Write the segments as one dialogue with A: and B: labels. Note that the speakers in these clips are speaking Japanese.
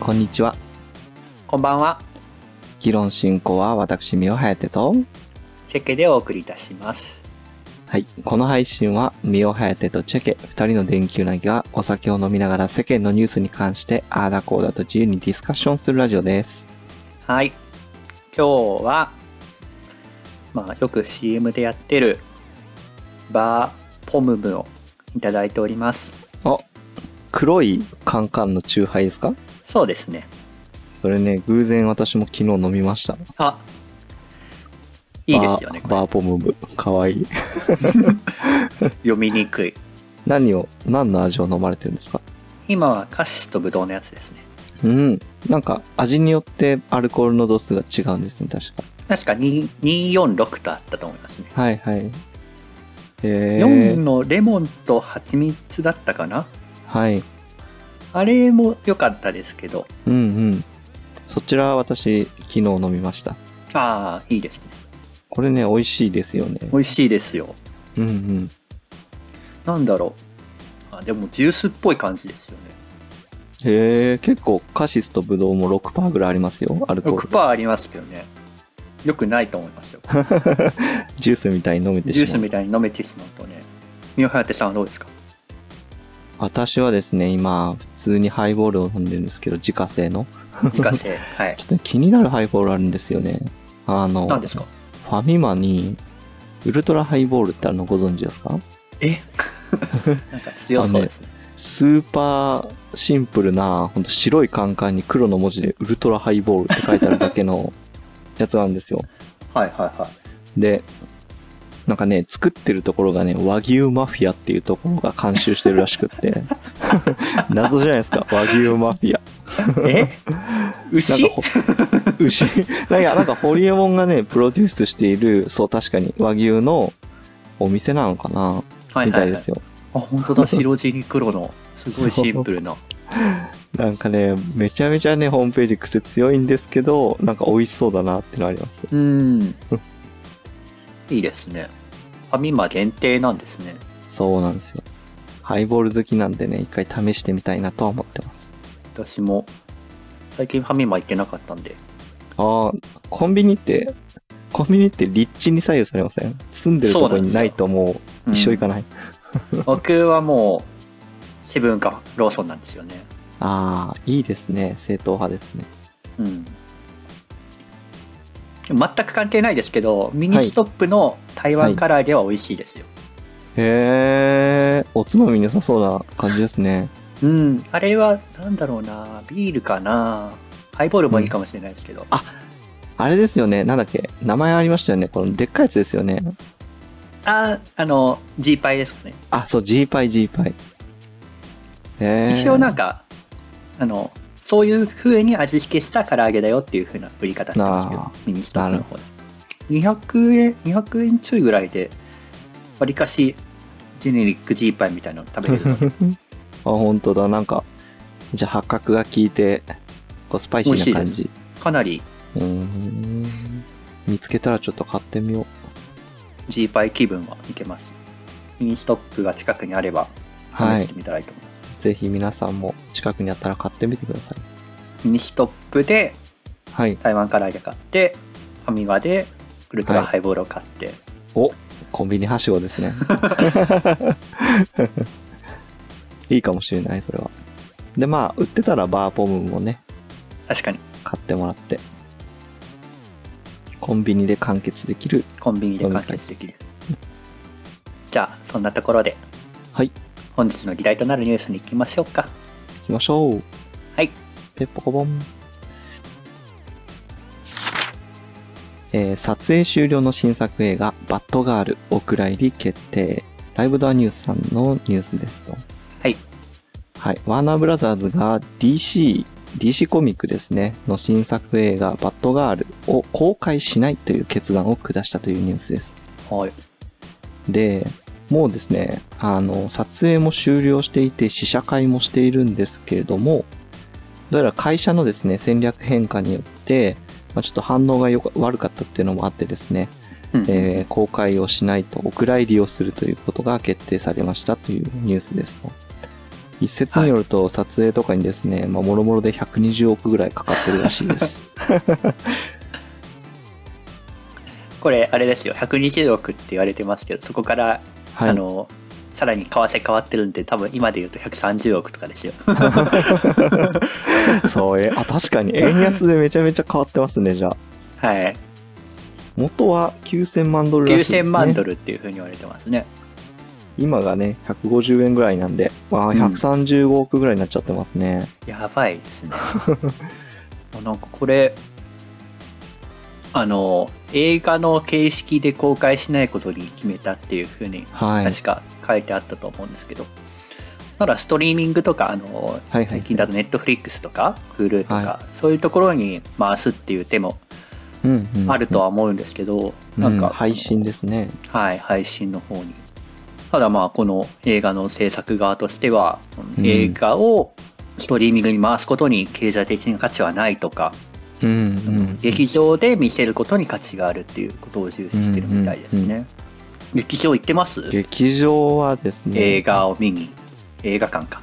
A: こんにちは。
B: こんばんは、
A: 議論進行は私、みおはやてと。
B: チェケでお送りいたします。
A: はい。この配信は、みおはやてとチェケ、二人の電球なぎがお酒を飲みながら世間のニュースに関して、あーだこうだと自由にディスカッションするラジオです。
B: はい。今日は、まあ、よく CM でやってる、バーポムムをいただいております。
A: 黒いカンカンのチューハイですか
B: そうですね。
A: それね、偶然私も昨日飲みました。
B: あ、いいですよね。
A: バー
B: これ
A: バーポムブ。かわいい。
B: 読みにくい。
A: 何を、何の味を飲まれてるんですか
B: 今はカシスとブドウのやつですね。
A: うん。なんか、味によってアルコールの度数が違うんですね、確か。
B: 確かに246とあったと思いますね。
A: はいはい。え
B: 4
A: ー、
B: のレモンと蜂蜜だったかな
A: はい。
B: あれも良かったですけど。
A: うんうん。そちらは私、昨日飲みました。
B: ああ、いいですね。
A: これね、美味しいですよね。
B: 美味しいですよ。
A: うんうん。
B: なんだろうあでもジュースっぽい感じですよね
A: へえ、結構カシスとブドウも6%ぐらいありますよ、アルコール。
B: 6%ありますけどねよくないと思いま すよ
A: ジュースみたいに飲めてし
B: ジ
A: ま
B: ュ
A: う。
B: ースみたいに飲めてしまうとね三はやてさんはど うですか
A: 私はですね、今、普通にハイボールを飲んでるんですけど、自家製の。
B: 自家製はい
A: ちょっとね気になるハイボールあるんですよね。あの、
B: 何ですか
A: ファミマに、ウルトラハイボールってあるのご存知ですか
B: え なんか強そうですね
A: スーパーシンプルな、ほんと白いカンカンに黒の文字でウルトラハイボールって書いてあるだけ のやつなんですよ。
B: はいはいはい
A: で、なんかね、作ってるところがね、和牛マフィアっていうところが監修してるらしく って。謎じゃないですか、和牛マフィア。
B: え
A: なんか
B: 牛
A: ほ、牛。なんか、なんかホリエモンがね、プロデュースしている、そう、確かに和牛のお店なのかな、
B: は
A: みたいですよ。
B: あ本当だ白地に黒のすごいシン プルな
A: なんかね、めちゃめちゃね、ホームページ癖強いんですけど、なんか美味しそうだなってのあります。
B: うーんいいですねファミマ限定なんですね
A: そうなんですよ。ハイボール好きなんでね、一回試してみたいなとは思ってます。
B: 私も最近ファミマ行ってなかったんで
A: ああ、コンビニって、コンビニって立地に左右されません住んでるとこにないともう一緒行かない。
B: 僕はもうセブンかローソンなんですよね
A: ああ、いいですね。正統派ですね。
B: うん全く関係ないですけどミニストップの台湾唐揚げは美味しいですよ、
A: へえ、おつまみに良さそうな感じです ね。
B: うんあれはなんだろうなビールかなハイボールもいいかもしれないですけど、
A: あれですよね。なんだっけ名前ありましたよね。このでっかいやつですよね。
B: ああのジーパイですかね、
A: あ、そう、ジーパイジーパイ。へえ。
B: 一応なんかあのそういう風に味付けした唐揚げだよっていう風な売り方してますけ
A: あ
B: ど
A: ー
B: ミニストップの方で200円200円ちょいぐらいでわりかしジェネリックジーパイみたいなの食べ れるので
A: あ、本当だ。なんか、じゃあ八角が効いて、こうスパイシーな感じ。
B: かなり
A: うーん。見つけたらちょっと買ってみよう。
B: ジーパイ気分はいけますミニストップが近くにあれば
A: は
B: 試
A: い
B: して。みたらいいと思います、
A: ぜひ皆さんも近くにあったら買ってみてください。
B: ミニストップで
A: はい。
B: 台湾唐揚げ買ってファミマでウルトラ
A: はい
B: ハイボールを買って、
A: おコンビニはしご ですね。いいかもしれない、それは。で、まあ、売ってたらバーポムもね、
B: 確かに
A: 買ってもらって。コンビニで完結できる。
B: コンビニで完結できるじゃあそんなところで
A: はい。
B: 本日の議題となるニュースに行きましょうか
A: 行きましょう。
B: はい
A: ペッポコボン。えー撮影終了の新作映画、バッドガール、お蔵入り決定。ライブドアニュースさんのニュースですと。
B: はい。
A: はい。ワーナーブラザーズが DC、DC コミックですね、の新作映画、バッドガールを公開しないという決断を下したというニュースです。
B: はい
A: で、もうですね、あの、撮影も終了していて、試写会もしているんですけれども、どうやら会社のですね、戦略変化によって、まあ、ちょっと反応がよか悪かったっていうのもあってですね、
B: うん
A: えー公開をしないと、お蔵入りをするということが決定されましたというニュースですと。一説によると撮影とかにですね、まあ、もろもろで120億ぐらいかかってるらしいです。
B: これあれですよ120億って言われてますけどそこから、
A: はい。
B: あのさらに為替変わってるんで多分今で言うと130億と かですよ
A: そうえ、あ、確かに円安でめちゃめちゃ変わってますね、じゃあ。
B: はい
A: 元は9000万ドルらしいですね。
B: 9000万ドルっていうふうに言われてますね
A: 今がね、150円ぐらいなんで、わあ、
B: うん
A: 135億ぐらいになっちゃってますね。
B: やばい ですねあなんかこれあの映画の形式で公開しないことに決めたっていうふうに
A: はい。
B: 確か書いてあったと思うんですけど、ならストリーミングとかあの
A: はいは
B: 最
A: い。
B: 近だとネットフリックスとか Hulu とか、
A: は
B: そういうところに回すっていう手も
A: うんうん
B: あるとは思うんですけど、
A: うん
B: なんか、
A: 配信ですね。
B: はい配信の方にただまあこの映画の制作側としては、
A: うん
B: 映画をストリーミングに回すことに経済的な価値はないとか、
A: うんうん。
B: 劇場で見せることに価値があるっていうことを重視してるみたいですね、
A: うんうん
B: 劇場行ってます
A: 劇場はですね、
B: 映画を見に映画館か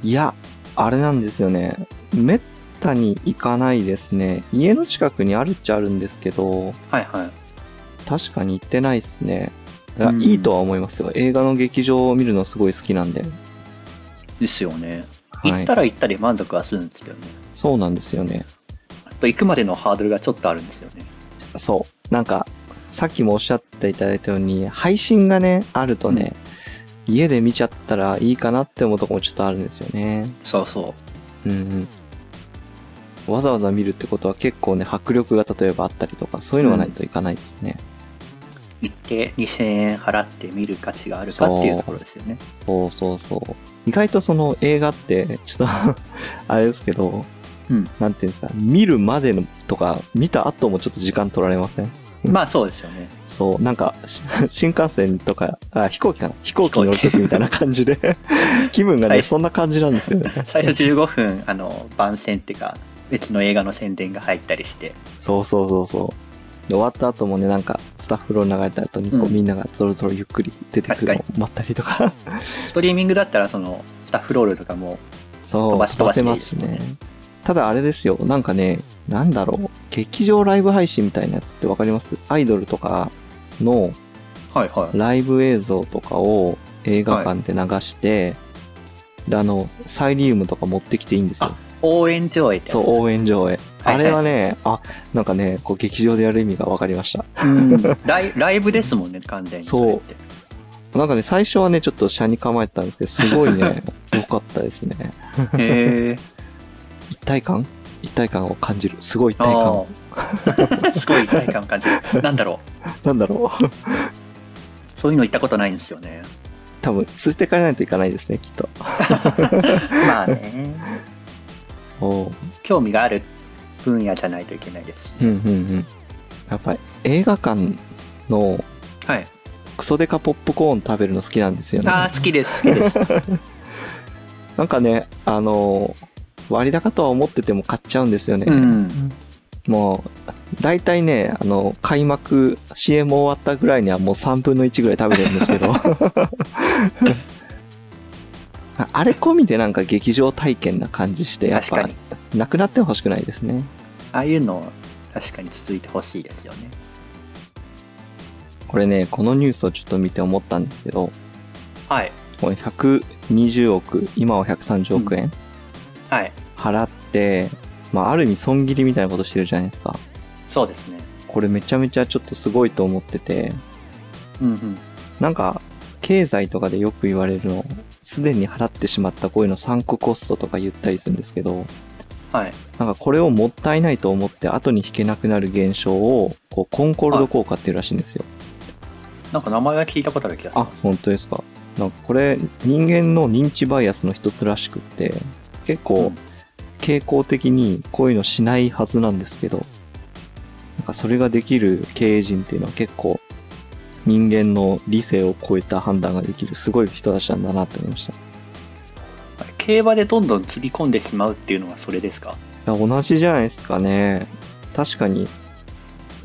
A: いや、あれなんですよね。めったに行かないですね。家の近くにあるっちゃあるんですけど、
B: はいはい
A: 確かに行ってないっすね。いや
B: うん
A: いいとは思いますよ。映画の劇場を見るのすごい好きなんで。
B: ですよね
A: はい
B: 行ったら行ったで満足はするんですけどね、
A: そうなんですよね。
B: あと行くまでのハードルがちょっとあるんですよね
A: そう。なんか、さっきもおっしゃっていただいたように、配信がね、あるとね、家で見ちゃったらいいかなって思うとこもちょっとあるんですよね。
B: そうそ
A: うんうん。わざわざ見るってことは結構ね、迫力が例えばあったりとか、そういうのがないといかないですね。
B: う行って2000円払って見る価値があるかっていうところですよね
A: そうそうそう。意外とその映画って、ちょっと、 あれですけど、
B: うん
A: なんていうんですか、見るまでのとか、見た後もちょっと時間取られません
B: まあそうですよね
A: そう、なんか、し 新幹線とか、あ、飛行機かな飛行機に乗るときみたいな感じで、気分が
B: は
A: ね、
B: い
A: そんな感じなんですよね。
B: 最初15分 あの番宣っていうか別の映画の宣伝が入ったりして
A: そうそうそうそう。で終わった後もね、なんか、スタッフロール流れた後に、こう、
B: うん
A: みんながそろそろゆっくり出てくるのを待ったりとか、
B: ストリーミングだったらそのスタッフロールとかも
A: そう、
B: 飛ばし飛ばし
A: せますしね。ただあれですよ、なんかね、なんだろう、劇場ライブ配信みたいなやつってわかりますアイドルとかの
B: はいは
A: ライブ映像とかを映画館で流して、で、あの、サイリウムとか持ってきていいんですよ
B: あ。応援上映ってやつ
A: そう、応援上映。
B: はい
A: あれはね、あ、なんかね、こう劇場でやる意味が分かりました。
B: うんライライブですもんね完全に
A: そう
B: れって
A: なんかね、最初はね、ちょっと車に構えてたんですけど、すごい ね、良かったですね。
B: へえ
A: 一体感一体感を感じる。すごい一体感
B: あ
A: を。
B: あすごい一体感を感じるなんだろう
A: なんだろう。
B: そういうの行ったことないんですよね
A: 多分、連れてかれないといかないですね、きっと。
B: まあね
A: おう
B: 興味がある分野じゃないといけないですし
A: うんうんうん。やっぱり映画館の
B: はい
A: クソデカポップコーン食べるの好きなんですよね。
B: ああ好きです好きです
A: なんかね、あのー割高とは思ってても買っち ゃうんですよね。
B: うん
A: もう、大体ね、あの、開幕、CM 終わったぐらいにはもう3分の1ぐらい食べてるんですけ ど。ああれ込みでなんか劇場体験な感じして、やっ
B: 確か
A: ぱ
B: に、
A: なくなってほしくないですね。
B: ああいうの確かに続いてほしいですよね
A: これね、このニュースをちょっと見て思ったんですけど、
B: はい
A: これ120億、今は130億円
B: はい
A: 払って、まあ、ある意味損切りみたいなことしてるじゃないですか。
B: そうですね
A: これめちゃめちゃちょっとすごいと思ってて、
B: うんうん
A: なんか、経済とかでよく言われるの、すでに払ってしまったこういうのサンクコストとか言ったりするんですけど、
B: はい
A: なんかこれをもったいないと思って後に引けなくなる現象を、こう、コンコルド効果っていうらしいんですよ。
B: なんか名前は聞いたことある気がし
A: あ
B: ます、
A: 本当ですか。なんかこれ、人間の認知バイアスの一つらしくって、結
B: う
A: 構
B: ん、
A: 傾向的にこういうのしないはずなんですけど、なんかそれができる経営陣っていうのは結構、人間の理性を超えた判断ができるすごい人たちなんだなって思いました。
B: 競馬でどんどんつぎ込んでしまうっていうのはそれですか
A: いや同じじゃないですかね確かに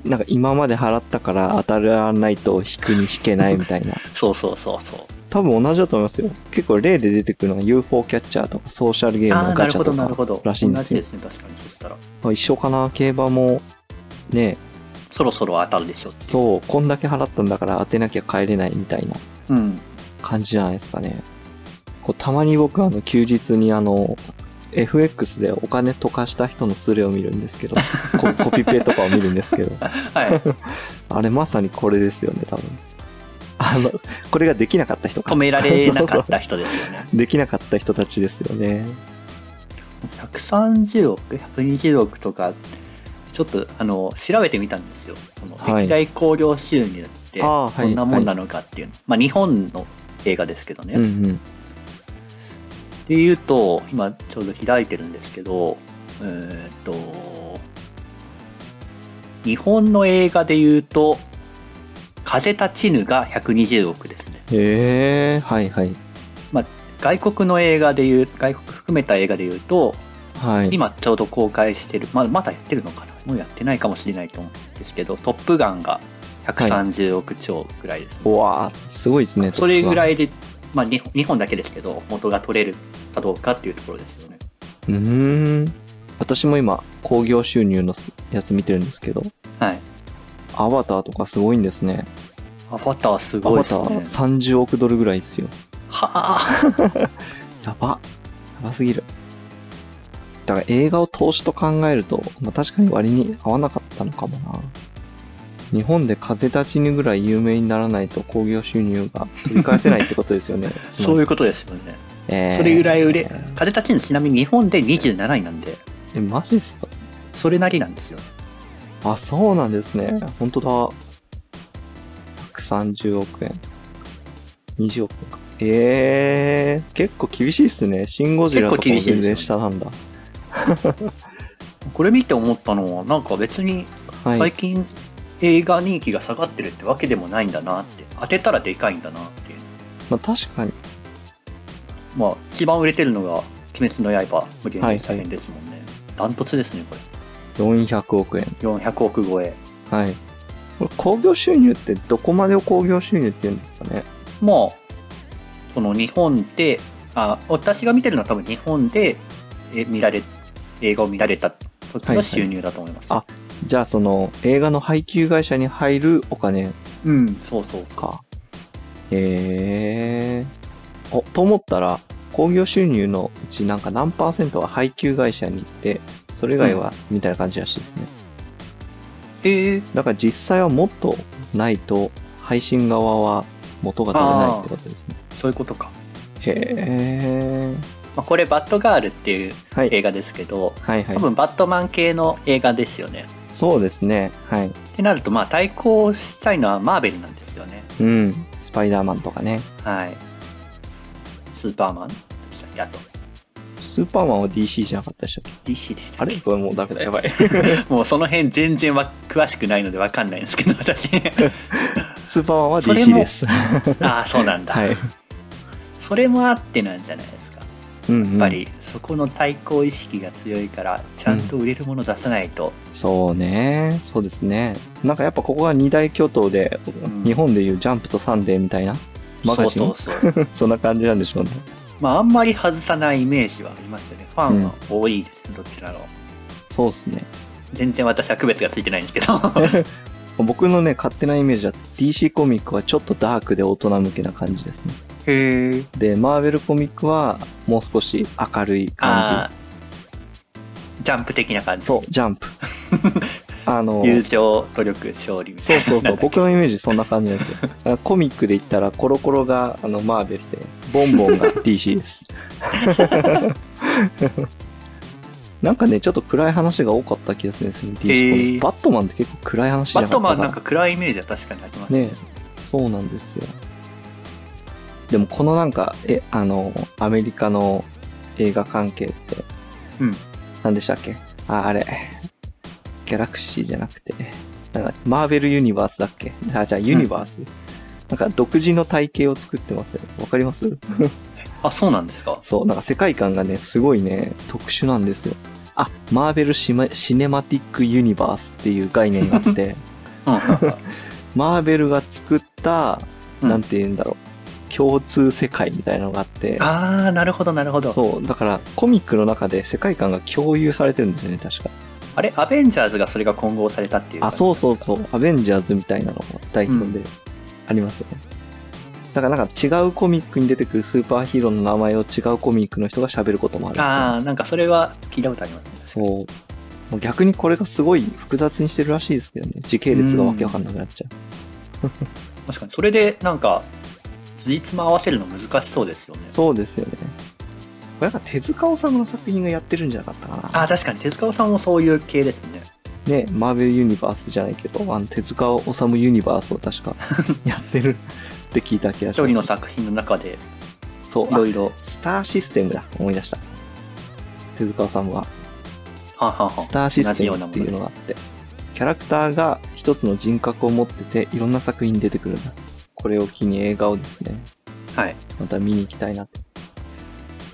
A: なん か今まで払ったから当たらないと引くに引けないみたいな
B: そうそうそうそう
A: 多分同じだと思いますよ。結構例で出てくるのは UFO キャッチャーとかソーシャルゲーム
B: ああ
A: の
B: ー、な
A: ガ
B: る
A: チ
B: ほ
A: ャ
B: ど、なる
A: とか。
B: ほど。
A: らしいんですよ
B: 同じですね、確かに。そしたら、
A: あ一緒かな競馬もね、
B: そろそろ当たるでしょ。
A: そう、こんだけ払ったんだから当てなきゃ帰れないみたいな
B: うん。
A: 感じじゃないですかね。こうたまに僕あの休日にあの、FX でお金溶かした人のスレを見るんです けど、こコピペとかを見るんですけど、
B: はい。
A: あれまさにこれですよね、多分。あの、これができなかった人か
B: 止。められなかった人 ですよね。
A: できなかった人たちですよね。
B: 130億、120億とか、ちょっとあの調べてみたんですよ。この
A: はい
B: 歴代興行収入って
A: ああ
B: ど
A: はい
B: んなもんなのかっていう、まあ日本の映画ですけどね。
A: うんう
B: で
A: ん。
B: 言うと、今ちょうど開いてるんですけど、えーっと、日本の映画で言うと、風立ちぬが120億ですね。
A: へえ、はいはい。
B: 外国の映画で言う、外国含めた映画で言うと、
A: はい。
B: 今ちょうど公開してる、まあ、まだやってるのかなもうやってないかもしれないと思うんですけど「トップガン」が130億超ぐらいですね、
A: うわあすごいですね。
B: それぐ
A: い。
B: らいで、まあ、日本日本だけですけど元が取れるかどうかっていうところですよね
A: うーん。私も今、興行収入のすやつ見てるんですけど、
B: はい
A: アバターとかすごいんですね。
B: アバターす
A: ア
B: ごい
A: バ
B: です
A: ター
B: ね
A: 30億ドルぐらいですよ。
B: はあ
A: やば。やばすぎる。だから映画を投資と考えると、まあ、確かに割に合わなかったのかもな。日本で風立ちぬぐらい有名にならないと興行収入が取り返せないってことですよ ね。、
B: そういううことですよね、
A: えー
B: それぐらい売れ風立ちぬちなみに日本で27位なんで
A: え、マジっすか
B: それなりなんですよ
A: あ、そうなんですね。本当だ。130億円。20億円か。えー、結構厳しいっすね。シン・ゴジラとかも全然下なんだ。
B: これ見て思ったのはなんか別に
A: は
B: 最
A: い。
B: 近、映画人気が下がってるってわけでもないんだなって当てたらでかいんだなっていう
A: まあ確かに。
B: まあ一番売れてるのが「鬼滅の刃」無限に再現ですもんね、ダントツですねこ
A: 400億円。
B: れ400億超え
A: はい。これ、興行収入ってどこまでを興行収入って言うんですかね。
B: もうこの日本であ私が見てるのは多分日本でえ見られ映画を見られた時
A: はいは
B: の
A: い
B: 収入だと思います、
A: あじゃあ、その、映画の配給会社に入るお金
B: うんそうそうそう
A: か。へえー。お、と思ったら、興行収入のうちなんか何パーセントは配給会社に行って、それ以外は、みたいな感じらしいですね。
B: えー
A: だから実際はもっとないと、配信側は元が取れないってことですね。
B: そういうことか、
A: へえ。
B: まあ、これ「バッドガール」っていう
A: はい。
B: 映画ですけど
A: はいはい
B: 多。分バットマン系の映画ですよね
A: そうですね。はい。
B: ってなるとまあ対抗したいのはマーベルなんですよね
A: うん。スパイダーマンとかね。
B: はいスーパーマンでしたっけあと
A: スーパーマンは DC じゃなかったでしたっけ
B: DC でした
A: あ
B: っ
A: れ
B: け
A: これもうダメだ、や ばい。
B: もうその辺全然わ詳しくないのでわかんないんですけど 私
A: スーパーマンは
B: それ
A: DC
B: も
A: です。は
B: ああそうなんだ、
A: い。
B: それもあってなんじゃないですかや
A: うん、うん。
B: っぱりそこの対抗意識が強いからちゃんと売れるもの出さないと、
A: そうね。そうですね。なんかやっぱここが二大巨頭で、
B: ん
A: 日本でいうジャンプとサンデーみたいな、マ
B: そ
A: ガ
B: う
A: ジン
B: そうそう
A: そんな感じなんでしょうね。
B: まああんまり外さないイメージはありますよねファンは多いです、どちらの
A: そうですね。
B: 全然私は区別がついてないんです けど
A: 僕のね、勝手なイメージだと DC コミックはちょっとダークで大人向けな感じですね。
B: へえ
A: で、マーベルコミックはもう少し明るい感
B: あージャンプ的な感
A: じ。
B: じ
A: そう、ジャン プ。あの、
B: 友情努力勝利みた
A: そ
B: いうな
A: そうそ
B: な
A: う。
B: んか
A: 僕のイメージそんな感じなんですよ。だからコミックで言ったら、コロコロがあのマーベルで、ボンボンが DC です。 なんかね、ちょっと暗い話が多かった気がするんですよね、DC コミック
B: へー
A: バットマンって結構暗い話じゃ
B: バ
A: な
B: ッ
A: か
B: ト
A: った
B: マ
A: か
B: ンなんか暗いイメージは確かにありますね
A: ねそうなんですよ。でもこのなんか、え、あの、アメリカの映画関係って、
B: うん。
A: 何でしたっけあ、あれ。ギャラクシーじゃなくて、なんだマーベルユニバースだっけあ、じゃあユニバース。なんか独自の体系を作ってますよ。わかります
B: あそうなんですか
A: そう、なんか世界観がね、すごいね、特殊なんですよ。あ、マーベルシマシネマティックユニバースっていう概念があって、
B: うんうんうん
A: マーベルが作った、
B: うん
A: なんて言うんだろう、共通世界みたいなのがあって、
B: ああなるほどなるほど
A: そう、だからコミックの中で世界観が共有されてるんだよね、確か。
B: あれアベンジャーズがそれが混合されたっていう
A: あ、そうそう
B: う
A: そう、アベンジャーズみたいなのも代表でありますよね。だからなんか違うコミックに出てくるスーパーヒーローの名前を違うコミックの人が喋ることもある。
B: ああなんかそれは聞いたことありますね
A: そう。もう逆にこれがすごい複雑にしてるらしいですけどね。時系列がわけわかんなくなっちゃう。
B: 確かにそれでなんか辻褄合わせるの難しそうですよね
A: そうですよね。これなんか手塚治虫の作品がやってるんじゃなかったかな。
B: ああ確かに手塚さんもそういう系ですね
A: ね、マーベルユニバースじゃないけど、あの手塚治虫ユニバースを確 かやってるって聞いた気がし
B: 一
A: ます。
B: 人の作品の中で
A: そう、
B: い
A: あ
B: ろいろ
A: スターシステムだ。思い出した。手塚治虫は。
B: はんはんはん
A: スターシステム
B: 同
A: っ
B: じ
A: て
B: よ
A: いうう
B: な
A: のが
B: も
A: あって、キャラクターが一つの人格を持ってて、いろんな作品に出てくるんだ。これを機に映画をですね、
B: のではい
A: また見に行きたいなと。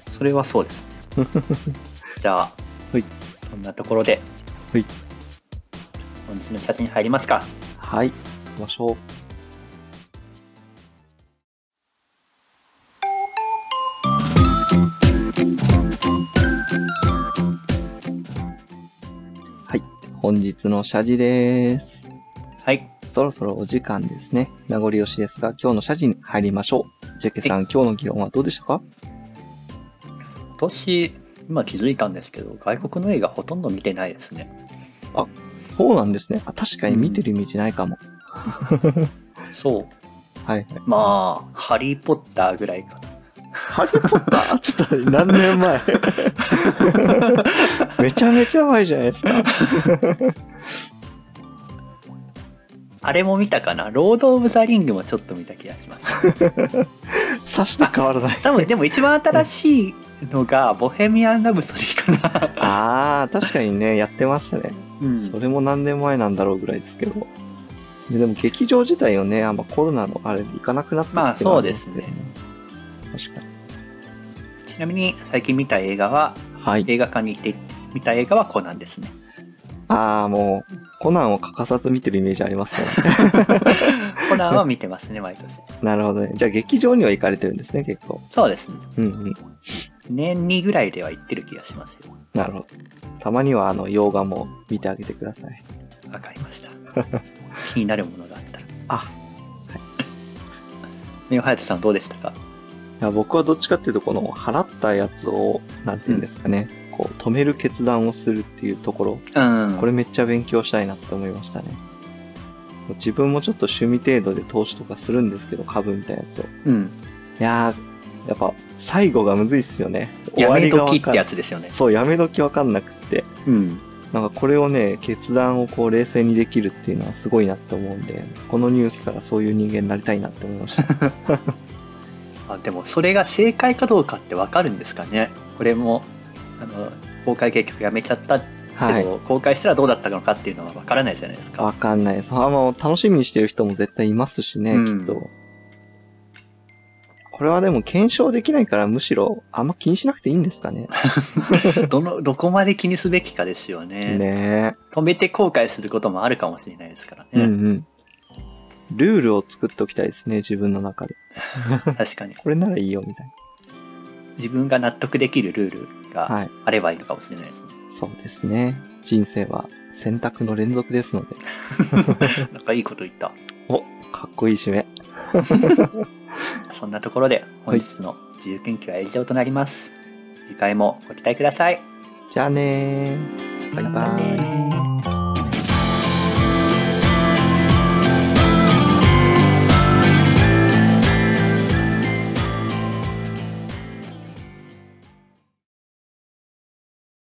B: それはそうですね じゃあ、
A: はい
B: そんなところで、
A: はい
B: 本日の写真入りますか
A: はい、行きましょう。はい、本日の謝辞です。
B: はい
A: そろそろお時間ですね。名残惜しですが、今日の謝辞に入りましょう。ジェケさん、今日の議論はどうでしたか
B: 私今気づいたんですけど外国の映画ほとんど見てないですね
A: そうなんですね。あ確かに見てるイメージないかも。
B: そう
A: はい。
B: まあ「ハリー・ポッター」ぐらいかな
A: ハリーポッター ちょっと何年前 めちゃめちゃ前じゃないですか。
B: あれも見たかな「ロード・オブ・ザ・リング」もちょっと見た気が します
A: さして変わらない。
B: 多分でも一番新しいのが「ボヘミアン・ラブソディ」かな、
A: ああ、確かにね、やってましたね。それも何年前なんだろうぐらいですけど。ででも劇場自体をね、あんまコロナのあれで行かなくなったっていのは
B: まあ
A: りすけど
B: そ
A: 確
B: う。
A: かに。
B: ちなみに最近見た映画は
A: はい。
B: 映画館に行って見た映画はコナンですね
A: ああ、もう、コナンを欠かさず見てるイメージありますね。
B: コナンは見てますね毎年
A: なるほどね。じゃあ劇場には行かれてるんですね、結構。
B: そうですね
A: うんうん。
B: 年にぐらいでは行ってる気がしますよ
A: なるほど。たまには、あの、洋画も見てあげてください。
B: わかりました気になるものがあったら
A: あ
B: はいハヤトさんどうでしたか
A: いや僕はどっちかっていうと、この払ったやつを、なんていうんですかね、こう、止める決断をするっていうところ、
B: うん
A: これめっちゃ勉強したいなって思いましたね。自分もちょっと趣味程度で投資とかするんですけど、株みたいなやつを。い
B: うん
A: やー、やっぱ、最後がむずいっすよね。
B: や
A: 終わり
B: めときっ
A: がわかん
B: てやつですよね
A: そう、やめ時わかんなくって。
B: うん
A: なんかこれをね、決断をこう冷静にできるっていうのはすごいなって思うんで、このニュースからそういう人間になりたいなって思いました。
B: あでもそれが正解かどうかってわかるんですかねこれもあの公開結局やめちゃったけ
A: はい。
B: ど、公開したらどうだったのかっていうのはわからないじゃないですか
A: わかんないです。あもう楽しみにしてる人も絶対いますしね、
B: うん
A: きっと。これはでも検証できないからむしろあんま気にしなくていいんですかね。
B: どのどこまで気にすべきかですよね
A: ね
B: 止めて後悔することもあるかもしれないですから
A: え。うんう
B: ね、
A: ん。ルールを作っておきたいですね、自分の中で。
B: 確かに
A: これならいいよ、みたい
B: 自分が納得できるルール
A: な。
B: が
A: はい。
B: あればいいのかもしれないですね、
A: そうですね。人生は選択の連続ですので。
B: なんかいいこと言った
A: お、かっこいい締め。
B: そんなところで本日の自由研究は以上となります、次回もご期待ください
A: じゃあねー。バイバイ。
B: ー